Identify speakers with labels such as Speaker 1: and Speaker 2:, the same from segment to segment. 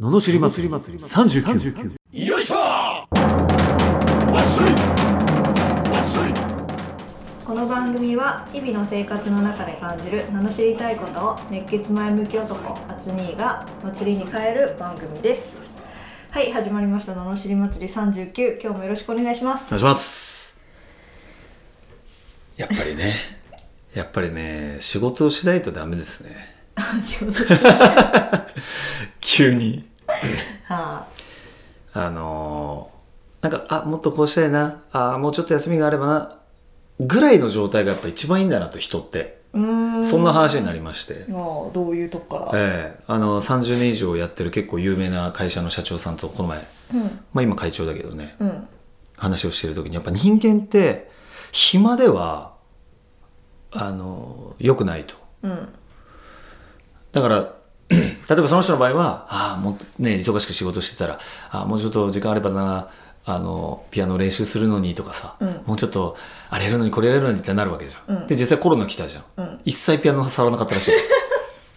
Speaker 1: ののしり祭り39
Speaker 2: よいしょわっしょいわっしょい
Speaker 3: この番組は日々の生活の中で感じる名の知りたいことを熱血前向き男アツニーが祭りに変える番組ですはい始まりました「名の知り祭り39」今日もよろしくお願いしま
Speaker 1: お
Speaker 3: す
Speaker 1: 願いします
Speaker 2: やっぱりね
Speaker 1: やっぱりね仕事をしないとダメですね
Speaker 3: あ仕事中
Speaker 1: 急に
Speaker 3: は
Speaker 1: あのーなんかあもっとこうしたいなあもうちょっと休みがあればなぐらいの状態がやっぱ一番いいんだなと人って
Speaker 3: いうーん
Speaker 1: そんな話になりまして、
Speaker 3: もうどういうとこから、
Speaker 1: ええあの30年以上やってる結構有名な会社の社長さんとこの前、
Speaker 3: うん
Speaker 1: まあ、今会長だけどね
Speaker 3: うん
Speaker 1: 話をしてる時にやっぱ人間って暇ではあの良くないと
Speaker 3: うん
Speaker 1: だから 例えばその人の場合はああもっとね忙しく仕事してたらああもうちょっと時間あればなあのピアノ練習するのにとかさ、
Speaker 3: うん
Speaker 1: もうちょっとあれやるのにこれやるのにってなるわけじゃん、
Speaker 3: うん
Speaker 1: で実際コロナ来たじゃん、
Speaker 3: うん
Speaker 1: 一切ピアノ触らなかったらしい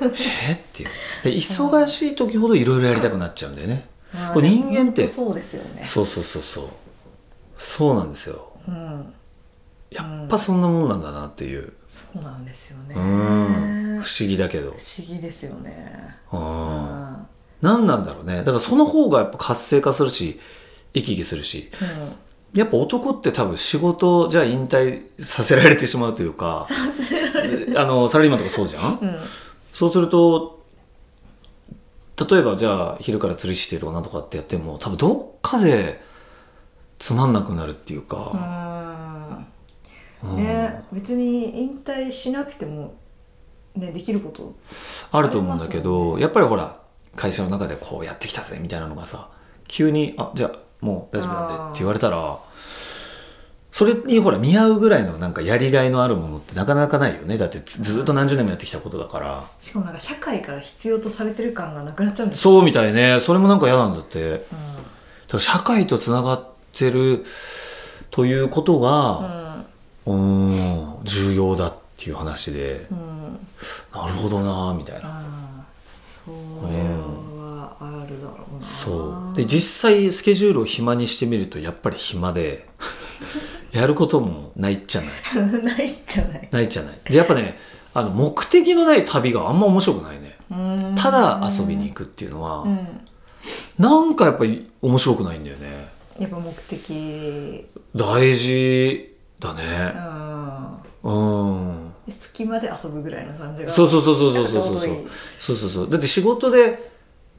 Speaker 1: えーっていうで忙しい時ほどいろいろやりたくなっちゃうんだよね、
Speaker 3: まあ
Speaker 1: これ人間っ
Speaker 3: で
Speaker 1: て
Speaker 3: もそうですよね
Speaker 1: そうそうそうそうそうなんですよ
Speaker 3: うん
Speaker 1: やっぱそんなもんなんだなっていう、
Speaker 3: そうなんですよね
Speaker 1: う
Speaker 3: 不
Speaker 1: ん、
Speaker 3: 思
Speaker 1: 不思議だけど、
Speaker 3: 議ですよね
Speaker 1: うん
Speaker 3: うん
Speaker 1: 何なんだろうねだからその方がやっぱ活性化するし生き生きするしやっぱ男って多分仕事じゃあ引退させられてしまうというかあのサラリーマンとかそうじゃん
Speaker 3: うんうん
Speaker 1: そうすると例えばじゃあ昼から釣りしてとかなんとかってやっても多分どっかでつまんなくなるっていうか、
Speaker 3: うんね別に引退しなくても、ね、できること
Speaker 1: あると思うんだけど、やっぱりほら会社の中でこうやってきたぜみたいなのがさ急に「あじゃあもう大丈夫なんで」って言われたらそれにほら見合うぐらいのなんかやりがいのあるものってなかなかないよねだってずずっと何十年もやってきたことだから
Speaker 3: しかもなんか社会から必要とされてる感がなくなっちゃうんですよ、
Speaker 1: そうみたいねそれもなんか嫌なんだってだ
Speaker 3: うん
Speaker 1: から社会とつながってるということがうーん重要だっていう話で
Speaker 3: うんうん
Speaker 1: なるほどなーみたいな。
Speaker 3: あーそれはあるだろうな
Speaker 1: そうで実際スケジュールを暇にしてみるとやっぱり暇で やることもないじゃない
Speaker 3: ないんじゃない
Speaker 1: ないじゃないでやっぱねあの目的のない旅があんま面白くないね
Speaker 3: うん
Speaker 1: ただ遊びに行くっていうのは、
Speaker 3: うん
Speaker 1: なんかやっぱり面白くないんだよね
Speaker 3: やっぱ目的
Speaker 1: 大事だ
Speaker 3: う
Speaker 1: ね
Speaker 3: ん
Speaker 1: うん
Speaker 3: で隙間で遊ぶぐらいの感じが
Speaker 1: そうそうそうそうそうそうそう
Speaker 3: ちょうどいい
Speaker 1: そうそうそうだって仕事で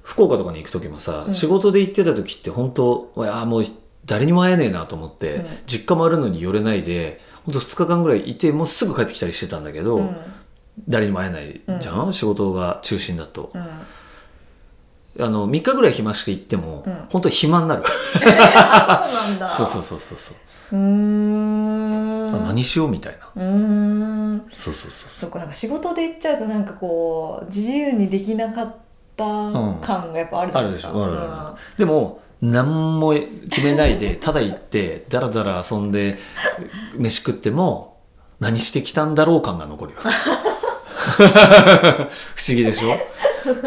Speaker 1: 福岡とかに行く時もさ、
Speaker 3: うん
Speaker 1: 仕事で行ってた時って本当ああもう誰にも会えねえなと思って、
Speaker 3: うん
Speaker 1: 実家もあるのに寄れないで本当2日間ぐらいいてもうすぐ帰ってきたりしてたんだけど、
Speaker 3: うん
Speaker 1: 誰にも会えないじゃん、仕事が中心だと、
Speaker 3: うん
Speaker 1: あの3日ぐらい暇して行っても、
Speaker 3: うん
Speaker 1: 本当に暇になる
Speaker 3: あそうなんだ
Speaker 1: そうそうそうそうそう、
Speaker 3: うーん
Speaker 1: あ何しようみたいな
Speaker 3: うーん
Speaker 1: そうそうそう
Speaker 3: そっかなんか仕事で行っちゃうとなんかこう自由にできなかった感がやっぱあるじゃ
Speaker 1: あ
Speaker 3: ない
Speaker 1: る
Speaker 3: で
Speaker 1: ですし
Speaker 3: か、
Speaker 1: ょ、
Speaker 3: うん、
Speaker 1: あるあるでも何も決めない でただ行ってだらだら遊んで飯食っても何してきたんだろう感が残るよ 不思議でしょ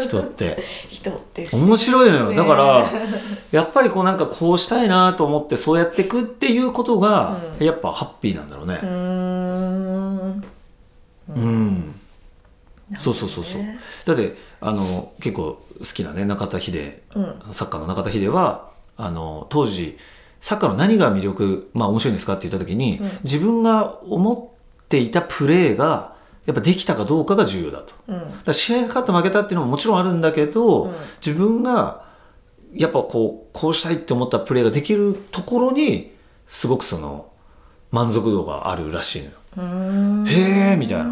Speaker 1: 人って
Speaker 3: 人って不思議
Speaker 1: 面白いのよ
Speaker 3: ね
Speaker 1: だからやっぱりこうなんかこうしたいなと思ってそうやってくっていうことが、
Speaker 3: う
Speaker 1: やっぱハッピーなんだろう
Speaker 3: う
Speaker 1: ね
Speaker 3: ーん
Speaker 1: うん、そうそうそうそう
Speaker 3: なる
Speaker 1: だってあの結構好きなね中田秀
Speaker 3: ほどね
Speaker 1: サッカーの中田秀はあの当時サッカーの何が魅力、まあ、面白いんですかって言った時に、
Speaker 3: うん
Speaker 1: 自分が思っていたプレーがやっぱできたかどうかが重要だとだか
Speaker 3: うんうん
Speaker 1: ら試合が勝った負けたっていうのももちろんあるんだけど、
Speaker 3: うん
Speaker 1: 自分がやっぱこうこうしたいって思ったプレーができるところにすごくその満足度があるらしいのよ。
Speaker 3: うーん
Speaker 1: へーみたいな
Speaker 3: う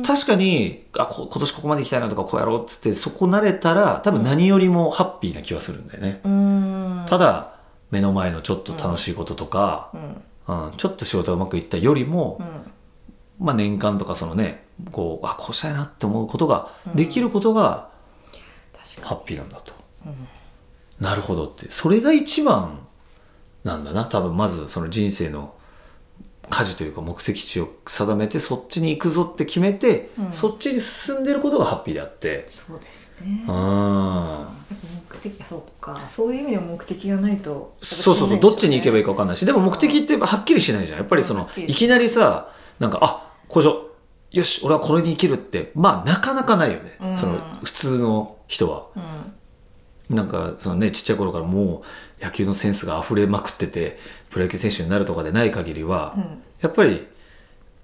Speaker 3: ん
Speaker 1: 確かにあこ今年ここまで行きたいなとかこうやろうっつってそこ慣れたら多分何よりもハッピーな気はするんだよね。
Speaker 3: うん
Speaker 1: ただ目の前のちょっと楽しいこととか、
Speaker 3: うん
Speaker 1: うんちょっと仕事がうまくいったよりも
Speaker 3: う、ん
Speaker 1: まあ、年間とかそのねこうあこうしたいなって思うことができることが
Speaker 3: 確か
Speaker 1: ハッピーなんだと、なるほどってそれが一番なんだな多分まずその人生の舵というか目的地を定めてそっちに行くぞって決めて、
Speaker 3: うん
Speaker 1: そっちに進んでることがハッピーであって
Speaker 3: にそうですね
Speaker 1: うん
Speaker 3: ああそういう意味でも目的がないと
Speaker 1: そうそうそうどっちに行けばいい
Speaker 3: か
Speaker 1: か分かんないしでも目的ってはっきりしないじゃんやっぱりそ
Speaker 3: は
Speaker 1: の
Speaker 3: っきりしない
Speaker 1: いきなりさなんかあ工場よし俺はこれに生きるってまあなかなかないよね、
Speaker 3: うん
Speaker 1: その普通の人はなんかそのねちっちゃい頃からもう野球のセンスが溢れまくっててプロ野球選手になるとかでない限りは、
Speaker 3: うん、うん、
Speaker 1: やっぱり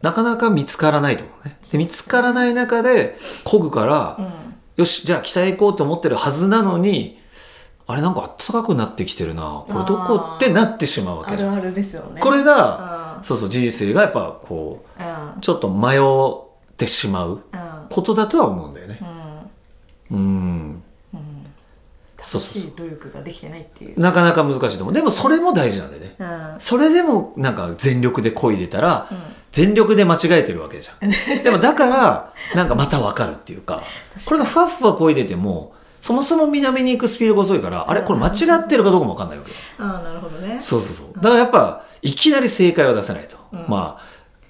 Speaker 1: なかなか見つからないと思うねで見つからない中でこぐから、
Speaker 3: うん
Speaker 1: よしじゃあ北へ行こうと思ってるはずなのにあれなんか暖かくなってきてるなこれどこ
Speaker 3: あー
Speaker 1: ってなってしまうわ
Speaker 3: あ
Speaker 1: けじゃ
Speaker 3: る
Speaker 1: ん
Speaker 3: あるですよね
Speaker 1: これ
Speaker 3: うん
Speaker 1: が、そうそう人生がやっぱこ
Speaker 3: うん
Speaker 1: うちょっと迷ってしまう
Speaker 3: うん
Speaker 1: ことだとは思うんだよね
Speaker 3: うん
Speaker 1: うん
Speaker 3: うん
Speaker 1: そう
Speaker 3: 正
Speaker 1: そうそ
Speaker 3: しい努力ができてないっていう
Speaker 1: うなかなか難しいと思うでもそれも大事なんだよね
Speaker 3: うんうん
Speaker 1: それでもなんか全力で漕いでたら、全力で間違えてるわけじゃ ん。でもだから、なんかまたわかるっていうか、これがふわふわこいでても、そもそも南に行くスピードが遅いから、あれこれ間違ってるかどうかもわかんないわけよ。
Speaker 3: ああなるほどね
Speaker 1: そうそうそう。だからやっぱ、いきなり正解は出せないと。
Speaker 3: うん
Speaker 1: まあ、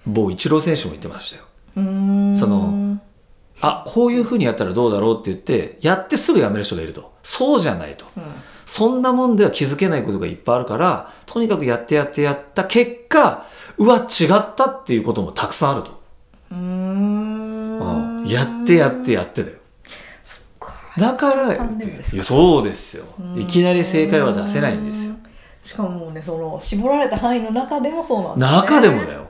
Speaker 1: 某イチロー選手も言ってましたよ。
Speaker 3: うーん
Speaker 1: そのあ、こういう風にやったらどうだろうって言って、やってすぐやめる人がいると。そうじゃないと。
Speaker 3: うん
Speaker 1: そんなもんでは気づけないことがいっぱいあるから、とにかくやってやってやった結果、うわ、違ったっていうこともたくさんあると。
Speaker 3: う
Speaker 1: う
Speaker 3: ー
Speaker 1: んんやってやってやってだよ
Speaker 3: そっか
Speaker 1: だから
Speaker 3: 13年ですか
Speaker 1: いやそうですよいきなり正解は出せないんですよ
Speaker 3: しかももうねその絞られた範囲の中でもそうなんだ、ね、
Speaker 1: 中でもだよ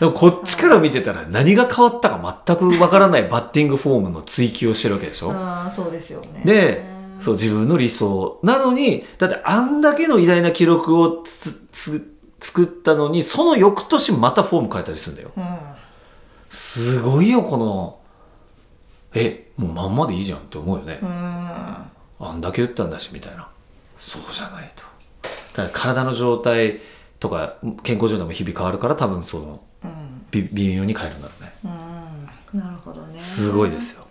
Speaker 1: でもこっちから見てたら何が変わったか全くわからないバッティングフォームの追求をしてるわけでしょ
Speaker 3: ああそうですよね
Speaker 1: でそう自分の理想なのにだってあんだけの偉大な記録をつつ作ったのにその翌年またフォーム変えたりするんだよ
Speaker 3: うん
Speaker 1: すごいよこのえもうまんまでいいじゃんって思うよね
Speaker 3: うーん
Speaker 1: あんだけ打ったんだしみたいなそうじゃないとだから体の状態とか健康状態も日々変わるから多分その
Speaker 3: うん
Speaker 1: び微妙に変えるんだろうね
Speaker 3: うんなるほどね
Speaker 1: すごいですよ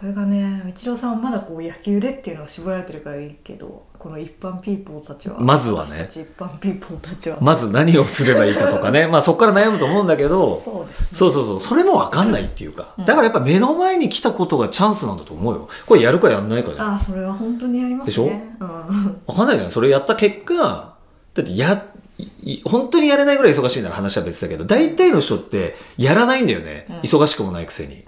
Speaker 3: これがね道郎さんはまだこう野球でっていうのは絞られてるからいいけどこの一般ピーポーたちは
Speaker 1: まずはね
Speaker 3: 私たち一般ピーポーたちは、
Speaker 1: まず何をすればいいかとかね まあそこから悩むと思うんだけど
Speaker 3: そうですね
Speaker 1: そうそうそうそれも分かんないっていうかだからやっぱ目の前に来たことがチャンスなんだと思うよこれやるかやんないかじゃん
Speaker 3: ああそれは本当にやります
Speaker 1: で
Speaker 3: ね
Speaker 1: しょ
Speaker 3: うん、
Speaker 1: 分かんないじゃんそれやった結果だってやいい本当にやれないぐらい忙しいなら話は別だけど大体の人ってやらないんだよね、
Speaker 3: うん
Speaker 1: 忙しくもないくせに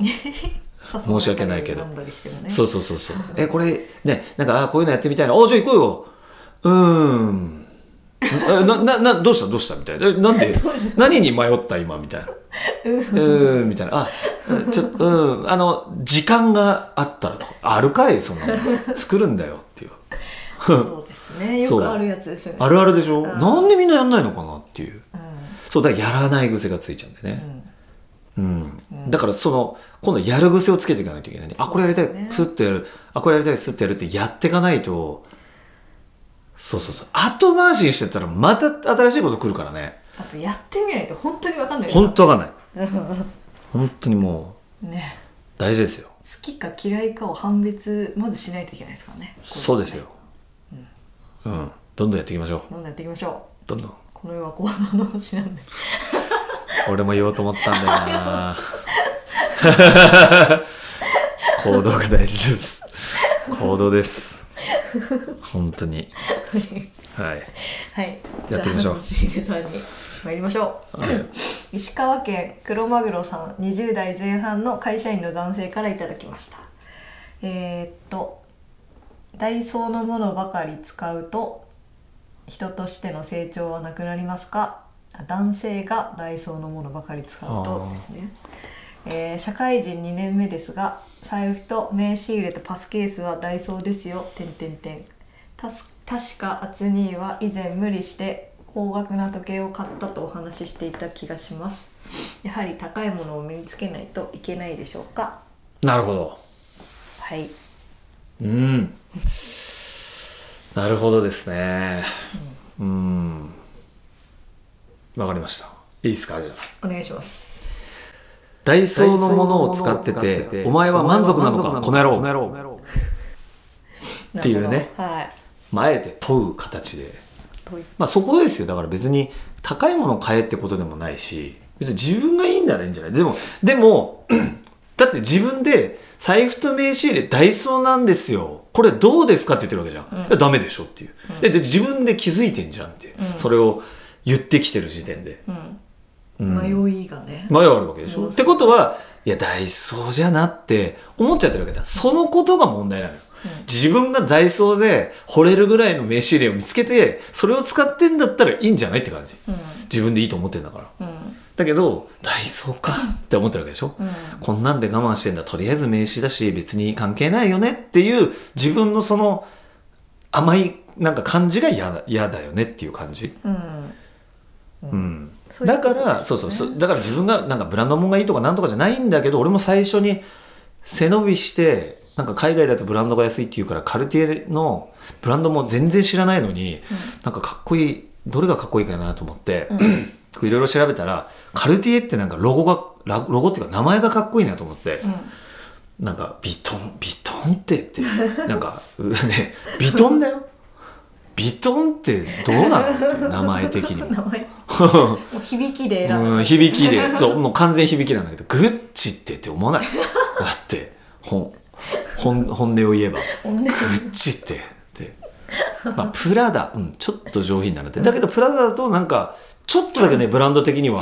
Speaker 3: 申
Speaker 1: し訳ないけど
Speaker 3: んだりしてもね
Speaker 1: そうそうそうそう。え、これ、ね、なんか、あこういうのやってみたいな。あ、じゃあ行こうよ。うーん。えな、な、な、どうしたどうしたみたいな。え、なん で何に迷った今みたいな。うーん、みたいな。あ、うんちょっと、うん。あの、時間があったらとか。あるかいそんなの。作るんだよっていう。
Speaker 3: そうですねよ
Speaker 1: そう
Speaker 3: くあるやつですよね
Speaker 1: あ るあるでしょ
Speaker 3: ん
Speaker 1: なんでみんなやんないのかなっていう。
Speaker 3: うん
Speaker 1: そう、だからやらない癖がついちゃうんだよね。うん
Speaker 3: うん
Speaker 1: だからその今度やる癖をつけていかないといけないねあこれやりたい
Speaker 3: そうですね
Speaker 1: スッとやるあこれやりたいスッとやるってやっていかないとそうそうそう後回しにしてたらまた新しいこと来るからね
Speaker 3: あとやってみないと本当に分かんない
Speaker 1: 本当わかんない
Speaker 3: うん
Speaker 1: 本当にも
Speaker 3: ね
Speaker 1: う大事ですよ
Speaker 3: 好きか嫌いかを判別まずしないといけないですからね
Speaker 1: そうですようん、どんどんやっていきましょ
Speaker 3: どんどんやっていきましょ
Speaker 1: うどんどん
Speaker 3: うこの世は講座の星なんで
Speaker 1: 俺も言おうと思ったんだよ な行動が大事です行動です本当にはい
Speaker 3: はい
Speaker 1: やっていきましょう
Speaker 3: じゃあ星さんに参りましょう、
Speaker 1: はい
Speaker 3: 石川県黒マグロさん20代前半の会社員の男性からいただきましたえーっとダイソーのものばかり使うと人としての成長はなくなりますかあ男性がダイソーのものばかり使うとですねえー社会人2年目ですが財布と名刺入れとパスケースはダイソーですよ点点点たす確かアツニーは以前無理して高額な時計を買ったとお話ししていた気がしますやはり高いものを身につけないといけないでしょうか
Speaker 1: なるほど。
Speaker 3: はい
Speaker 1: うん。なるほどですね。うん。わかりました。いいですかじゃあ。
Speaker 3: お願いします
Speaker 1: ダイソーのものを使ってて、お前は満足なのか、この野郎。っていうね
Speaker 3: なるほどはい
Speaker 1: まあ、あえて問う形で。
Speaker 3: とい
Speaker 1: まあそこですよ。だから別に高いものを買えってことでも ないし、別に自分がいいんならいいんじゃないでも、でも、だって自分で財布と名刺入れダイソーなんですよこれどうですかって言ってるわけじゃん、
Speaker 3: うん
Speaker 1: いやダメでしょっていう、でで自分で気づいてんじゃんっていう、
Speaker 3: うん
Speaker 1: それを言ってきてる時点で、うん
Speaker 3: うん、迷いがね、
Speaker 1: 迷われるわけでし
Speaker 3: う
Speaker 1: ょ
Speaker 3: ん
Speaker 1: ってことはいやダイソーじゃなって思っちゃってるわけじゃんそのことが問題なのよ、
Speaker 3: うん
Speaker 1: 自分がダイソーで惚れるぐらいの名刺入れを見つけてそれを使ってんだったらいいんじゃないって感じ
Speaker 3: う
Speaker 1: 自分でいいと思ってんだから
Speaker 3: んうん
Speaker 1: だけどダイソーかって思ってるわけでしょ、
Speaker 3: うん
Speaker 1: こんなんで我慢してんだとりあえず名刺だし別に関係ないよねっていう自分のその甘いなんか感じが嫌だ嫌だよねっていう感じ、
Speaker 3: うん
Speaker 1: うん、
Speaker 3: そういう
Speaker 1: だ
Speaker 3: こ
Speaker 1: か
Speaker 3: と
Speaker 1: らそうそうそうだから自分がなんかブランドもんがいいとかなんとかじゃないんだけど俺も最初に背伸びしてなんか海外だとブランドが安いっていうからカルティエのブランドも全然知らないのに、なんかかっこいいどれがかっこいいかなと思ってこういろいろ調べたらカルティエってなんかロゴがラロゴっていうか名前がかっこいいなと思って、なんかビトンビトンって ってなんかうねビトンだよビトンってどうなのって名前的 にも
Speaker 3: 名前もう響きで選ぶ、
Speaker 1: うん、響きでそうもう完全響きなんだけどグッチってって思わ ないだって本本本音を言えば
Speaker 3: 本音
Speaker 1: グッチってって、まあ、プラダ、うん、ちょっと上品だなってだけどプラダだとなんかちょっとだけねブランド的には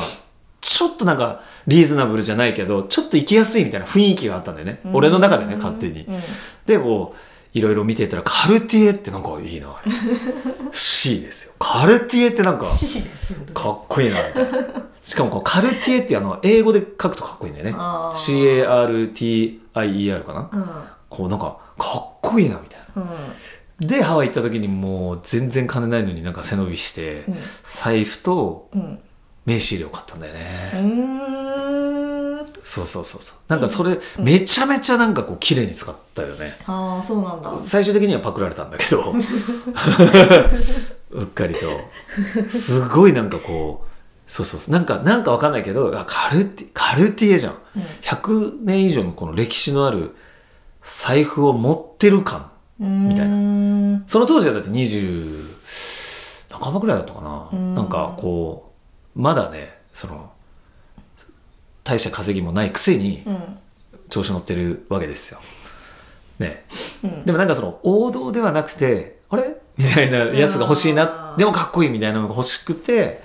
Speaker 1: ちょっとなんかリーズナブルじゃないけどちょっと行きやすいみたいな雰囲気があったんだよね俺の中でね勝手に、
Speaker 3: うん
Speaker 1: でこういろいろ見てたらカルティエってなんかい いな C ですよカルティエってなんか
Speaker 3: C ですよね
Speaker 1: かっこいいなみたいなしかもこうカルティエってあの英語で書くとかっこいいんだよね
Speaker 3: あ
Speaker 1: CARTIER かな、
Speaker 3: う
Speaker 1: こうなんかかっこいいなみたいなん
Speaker 3: うん
Speaker 1: でハワイ行った時にもう全然金ないのになんか背伸びして、
Speaker 3: うん
Speaker 1: 財布と
Speaker 3: うん
Speaker 1: 名刺入れを買ったんだよね、
Speaker 3: うーん
Speaker 1: そうそうそうそうなんかそれめちゃめちゃなんかこう綺麗に使ったよね
Speaker 3: ああそうなんだ
Speaker 1: 最終的にはパクられたんだけ どうっかりとすごいなんかこうそうそうそうなんかなんかわかんないけどあカルティカルティエじゃん、
Speaker 3: うん
Speaker 1: 100年以上のこの歴史のある財布を持ってる感みたいな
Speaker 3: な
Speaker 1: その当時はだって20半ばぐらいだったかな
Speaker 3: うん
Speaker 1: なんかこうまだねその大した稼ぎもないくせに
Speaker 3: うん
Speaker 1: 調子乗ってるわけですよね
Speaker 3: うん
Speaker 1: でもなんかその王道ではなくてあれみたいなやつが欲しいな
Speaker 3: あー
Speaker 1: でもかっこいいみたいなのが欲しくて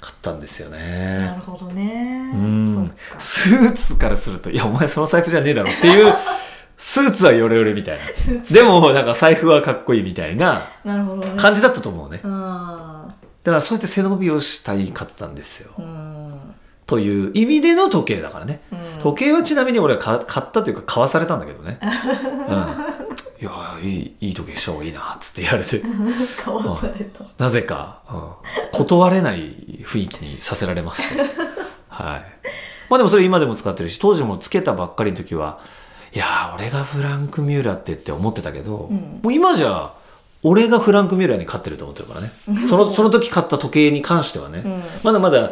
Speaker 1: 買ったんですよ
Speaker 3: なる
Speaker 1: ね
Speaker 3: ほどね
Speaker 1: う
Speaker 3: そっ
Speaker 1: ん
Speaker 3: か
Speaker 1: スーツからすると「いやお前その財布じゃねえだろ」って いうスーツはヨレヨレみたいなでもなんか財布はかっこいいみたいな
Speaker 3: なるほどね
Speaker 1: 感じだったと思うね
Speaker 3: あ
Speaker 1: だからそうやって背伸びをしたいかったんですよ
Speaker 3: ーうん
Speaker 1: という意味での時計だからね
Speaker 3: うん
Speaker 1: 時計はちなみに俺はか買ったというか買わされたんだけど ね、うん、いやいいいい時計した方がいいなっつって言われて
Speaker 3: かわされた
Speaker 1: なぜか、うん、断れない雰囲気にさせられまして はいまあでもそれ今でも使ってるし当時もつけたばっかりの時はいやー俺がフランク・ミューラーってって思ってたけど、
Speaker 3: ん
Speaker 1: もう今じゃ俺がフランク・ミューラーに勝ってると思ってるからねそのその時買った時計に関してはね、
Speaker 3: うん
Speaker 1: まだまだ、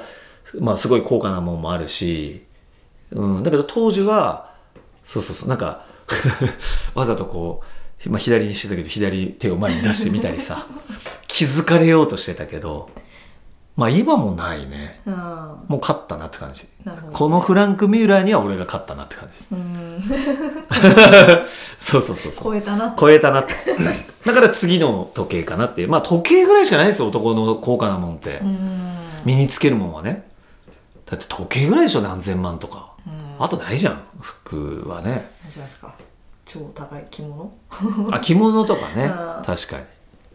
Speaker 1: まあ、すごい高価なもんもあるし、うん、だけど当時はそうそうそうなんか わざとこう、まあ、左にしてたけど左手を前に出してみたり さ気づかれようとしてたけどまあ今もないね
Speaker 3: うんな
Speaker 1: もう勝ったなって感じ
Speaker 3: るほど
Speaker 1: このフランク・ミューラーには俺が勝ったなって感じ
Speaker 3: うん
Speaker 1: そうそうそうそう
Speaker 3: 超えたな
Speaker 1: 超えたなってだから次の時計かなっていうまあ時計ぐらいしかないですよ男の高価なもんって、
Speaker 3: うん
Speaker 1: 身につけるもんはねだって時計ぐらいでしょ何千万とか、あとないじゃん服はね
Speaker 3: あれじゃないですか超高い着物
Speaker 1: あ着物とかね
Speaker 3: うん
Speaker 1: 確かに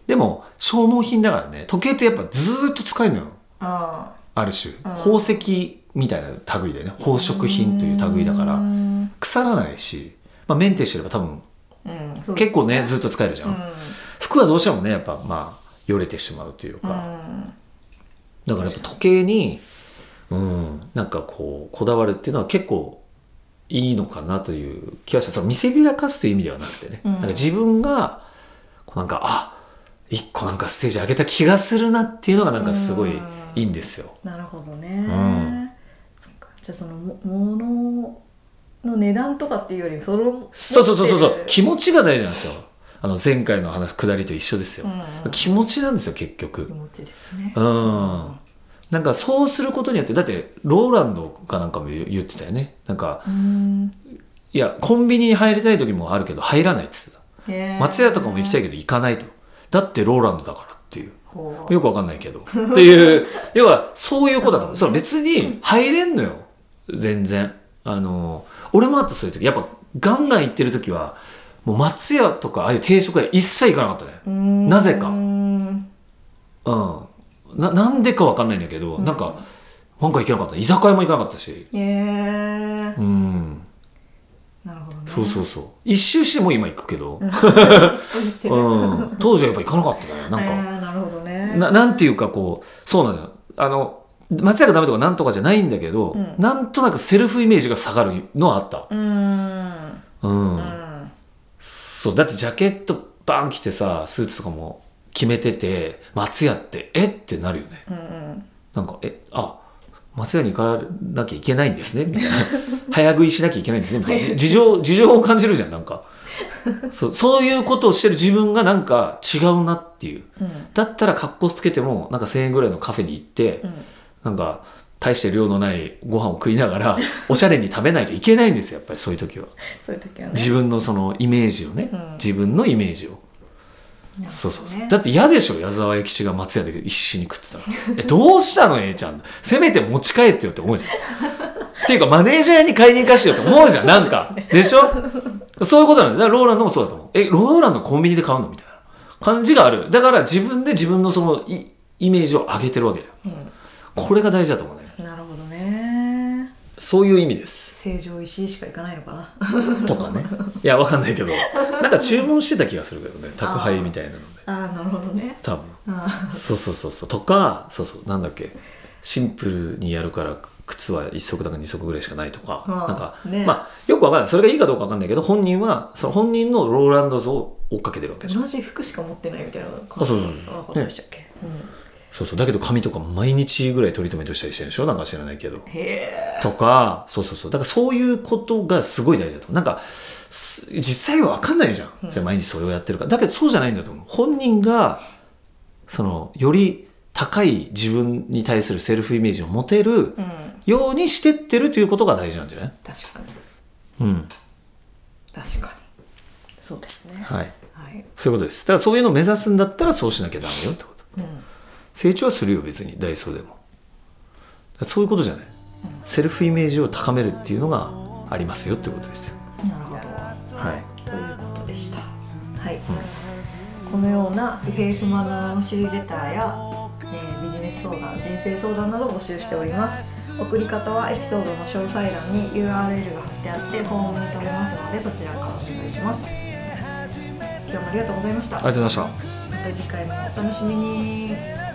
Speaker 1: でも消耗品だからね時計ってやっぱずーっと使えるのよ
Speaker 3: あ
Speaker 1: ある種
Speaker 3: ん
Speaker 1: 宝石みたいな類でね宝飾品という類だか
Speaker 3: あう
Speaker 1: ら
Speaker 3: ん
Speaker 1: 腐らないし、まあ、メンテしてれば多分
Speaker 3: うんそうです
Speaker 1: 結構ねずっと使えるじゃ
Speaker 3: うん
Speaker 1: ん、服はどうしてもねやっぱまあよれてしまうという
Speaker 3: う
Speaker 1: か、
Speaker 3: ん
Speaker 1: だからやっぱ時計に、うん、なんかこうこだわるっていうのは結構いいのかなという気がしたその見せびらかすという意味ではなくてね、
Speaker 3: うん
Speaker 1: なんか自分がこうなんかあ一個なんかステージ上げた気がするなっていうのがなんかすごい
Speaker 3: うん
Speaker 1: いいんですよ。
Speaker 3: なるほどね、
Speaker 1: ん
Speaker 3: そっかじゃあそのも物の値段とかっていうよりその
Speaker 1: そうそうそうそうそう
Speaker 3: 持って
Speaker 1: 気持ちが大事なんですよ。あの前回の話下りと一緒ですよ。
Speaker 3: うん
Speaker 1: 気持ちなんですよ結局。
Speaker 3: る気持ちですね
Speaker 1: うん、なんかそうすることによってだってローランドかなんかも言言ってたよねなんか
Speaker 3: うん
Speaker 1: いやコンビニに入りたい時もあるけど入らないっつって
Speaker 3: へ
Speaker 1: た
Speaker 3: ー
Speaker 1: 松屋とかも行きたいけど行かないとだってローランドだからっていう
Speaker 3: ほう
Speaker 1: よくわかんないけどっていう 要はそういうことだと思うその別に入れんのよ全然あの俺もあったそういう時やっぱガンガン行ってる時はもう松屋とかああいう定食屋一切行かなかった
Speaker 3: うー
Speaker 1: ね
Speaker 3: ん
Speaker 1: なぜか
Speaker 3: うーん
Speaker 1: うんななんでかわかんないんだけど、なんかなんか行けなかった居酒屋も行かなかったし
Speaker 3: へえ
Speaker 1: うん
Speaker 3: なるほどね
Speaker 1: そうそうそう一周してもう今行くけど、
Speaker 3: そうしてる
Speaker 1: うん、当時はやっぱ行かなかったねなんか、
Speaker 3: えーなるほどね
Speaker 1: ななんていうかこうそうなのよあの松屋がダメとかなんとかじゃないんだけど、
Speaker 3: ん
Speaker 1: なんとなくセルフイメージが下がるのはあった
Speaker 3: うーん
Speaker 1: うん、
Speaker 3: うん
Speaker 1: そうだってジャケットバン着てさスーツとかも決めてて松屋ってえってなるよね
Speaker 3: うんうん
Speaker 1: なんかえあ松屋に行かなきゃいけないんですねみたいな早食いしなきゃいけないんですねみたいなじ事情事情を感じるじゃんなんかそうそういうことをしてる自分がなんか違うなっていう
Speaker 3: うん
Speaker 1: だったら格好つけてもなんか1,000円ぐらいのカフェに行って、
Speaker 3: うん
Speaker 1: なんか大して量のないご飯を食いながらおしゃれに食べないといけないんですよやっぱりそういう時は
Speaker 3: そういう時はね
Speaker 1: 自分のそのイメージをね、
Speaker 3: うん
Speaker 1: 自分のイメージを
Speaker 3: なるほどね
Speaker 1: そうそうそうだって嫌でしょ矢沢永吉が松屋で一緒に食ってたらえ どうしたの A ちゃんせめて持ち帰ってよって思うじゃん っていうかマネージャーに買いに行かしてよって思う じゃんなんかで,、しょそういうことなんだだからローランドもそうだと思うえローランドコンビニで買うのみたいな感じがあるだから自分で自分のそのイイメージを上げてるわけだよ
Speaker 3: う
Speaker 1: これが大事だと思うね
Speaker 3: んなるほどね
Speaker 1: そういう意味です
Speaker 3: 成城石井しか行かないのかな
Speaker 1: とかねいやわかんないけどなんか注文してた気がするけどね宅配みたいなので
Speaker 3: ああなるほどね
Speaker 1: 多分
Speaker 3: あ
Speaker 1: そうそうそうそうとかそうそうなんだっけシンプルにやるから靴は1足だか2足ぐらいしかないとか、
Speaker 3: うん
Speaker 1: なんか、
Speaker 3: ね
Speaker 1: まあよくわかんないそれがいいかどうかわかんないけど本人はその本人のローランド像を追っかけてるわけ
Speaker 3: ー
Speaker 1: じゃん
Speaker 3: 同じ服しか持ってないみたいな
Speaker 1: そうそうそう
Speaker 3: なことでしたっけ、うん
Speaker 1: そうそうだけど髪とか毎日ぐらいトリートメントしたりしてるでしょなんか知らないけど
Speaker 3: へえ
Speaker 1: とかそうそうそうだからそういうことがすごい大事だと思うなんかす実際は分かんないじゃん、それ毎日それをやってるからだけどそうじゃないんだと思う本人がそのより高い自分に対するセルフイメージを持てる
Speaker 3: うん
Speaker 1: ようにしてってるということが大事なんじゃない
Speaker 3: 確かに
Speaker 1: うん
Speaker 3: 確かにそうですね
Speaker 1: はい
Speaker 3: はい、
Speaker 1: そういうことですだからそういうのを目指すんだったらそうしなきゃダメよってこと
Speaker 3: うん、
Speaker 1: 成長はするよ別にダイソーでもだからそういうことじゃないセルフイメージを高めるっていうのがありますよってことですよ
Speaker 3: なるほど
Speaker 1: はい
Speaker 3: ということでした。はい、このような不平不満ののしりレターや、えービジネス相談人生相談などを募集しております送り方はエピソードの詳細欄に URL が貼ってあってフォームに飛べますのでそちらからお願いします今日もありがとうございました
Speaker 1: ありがとうございました
Speaker 3: また次回もお楽しみに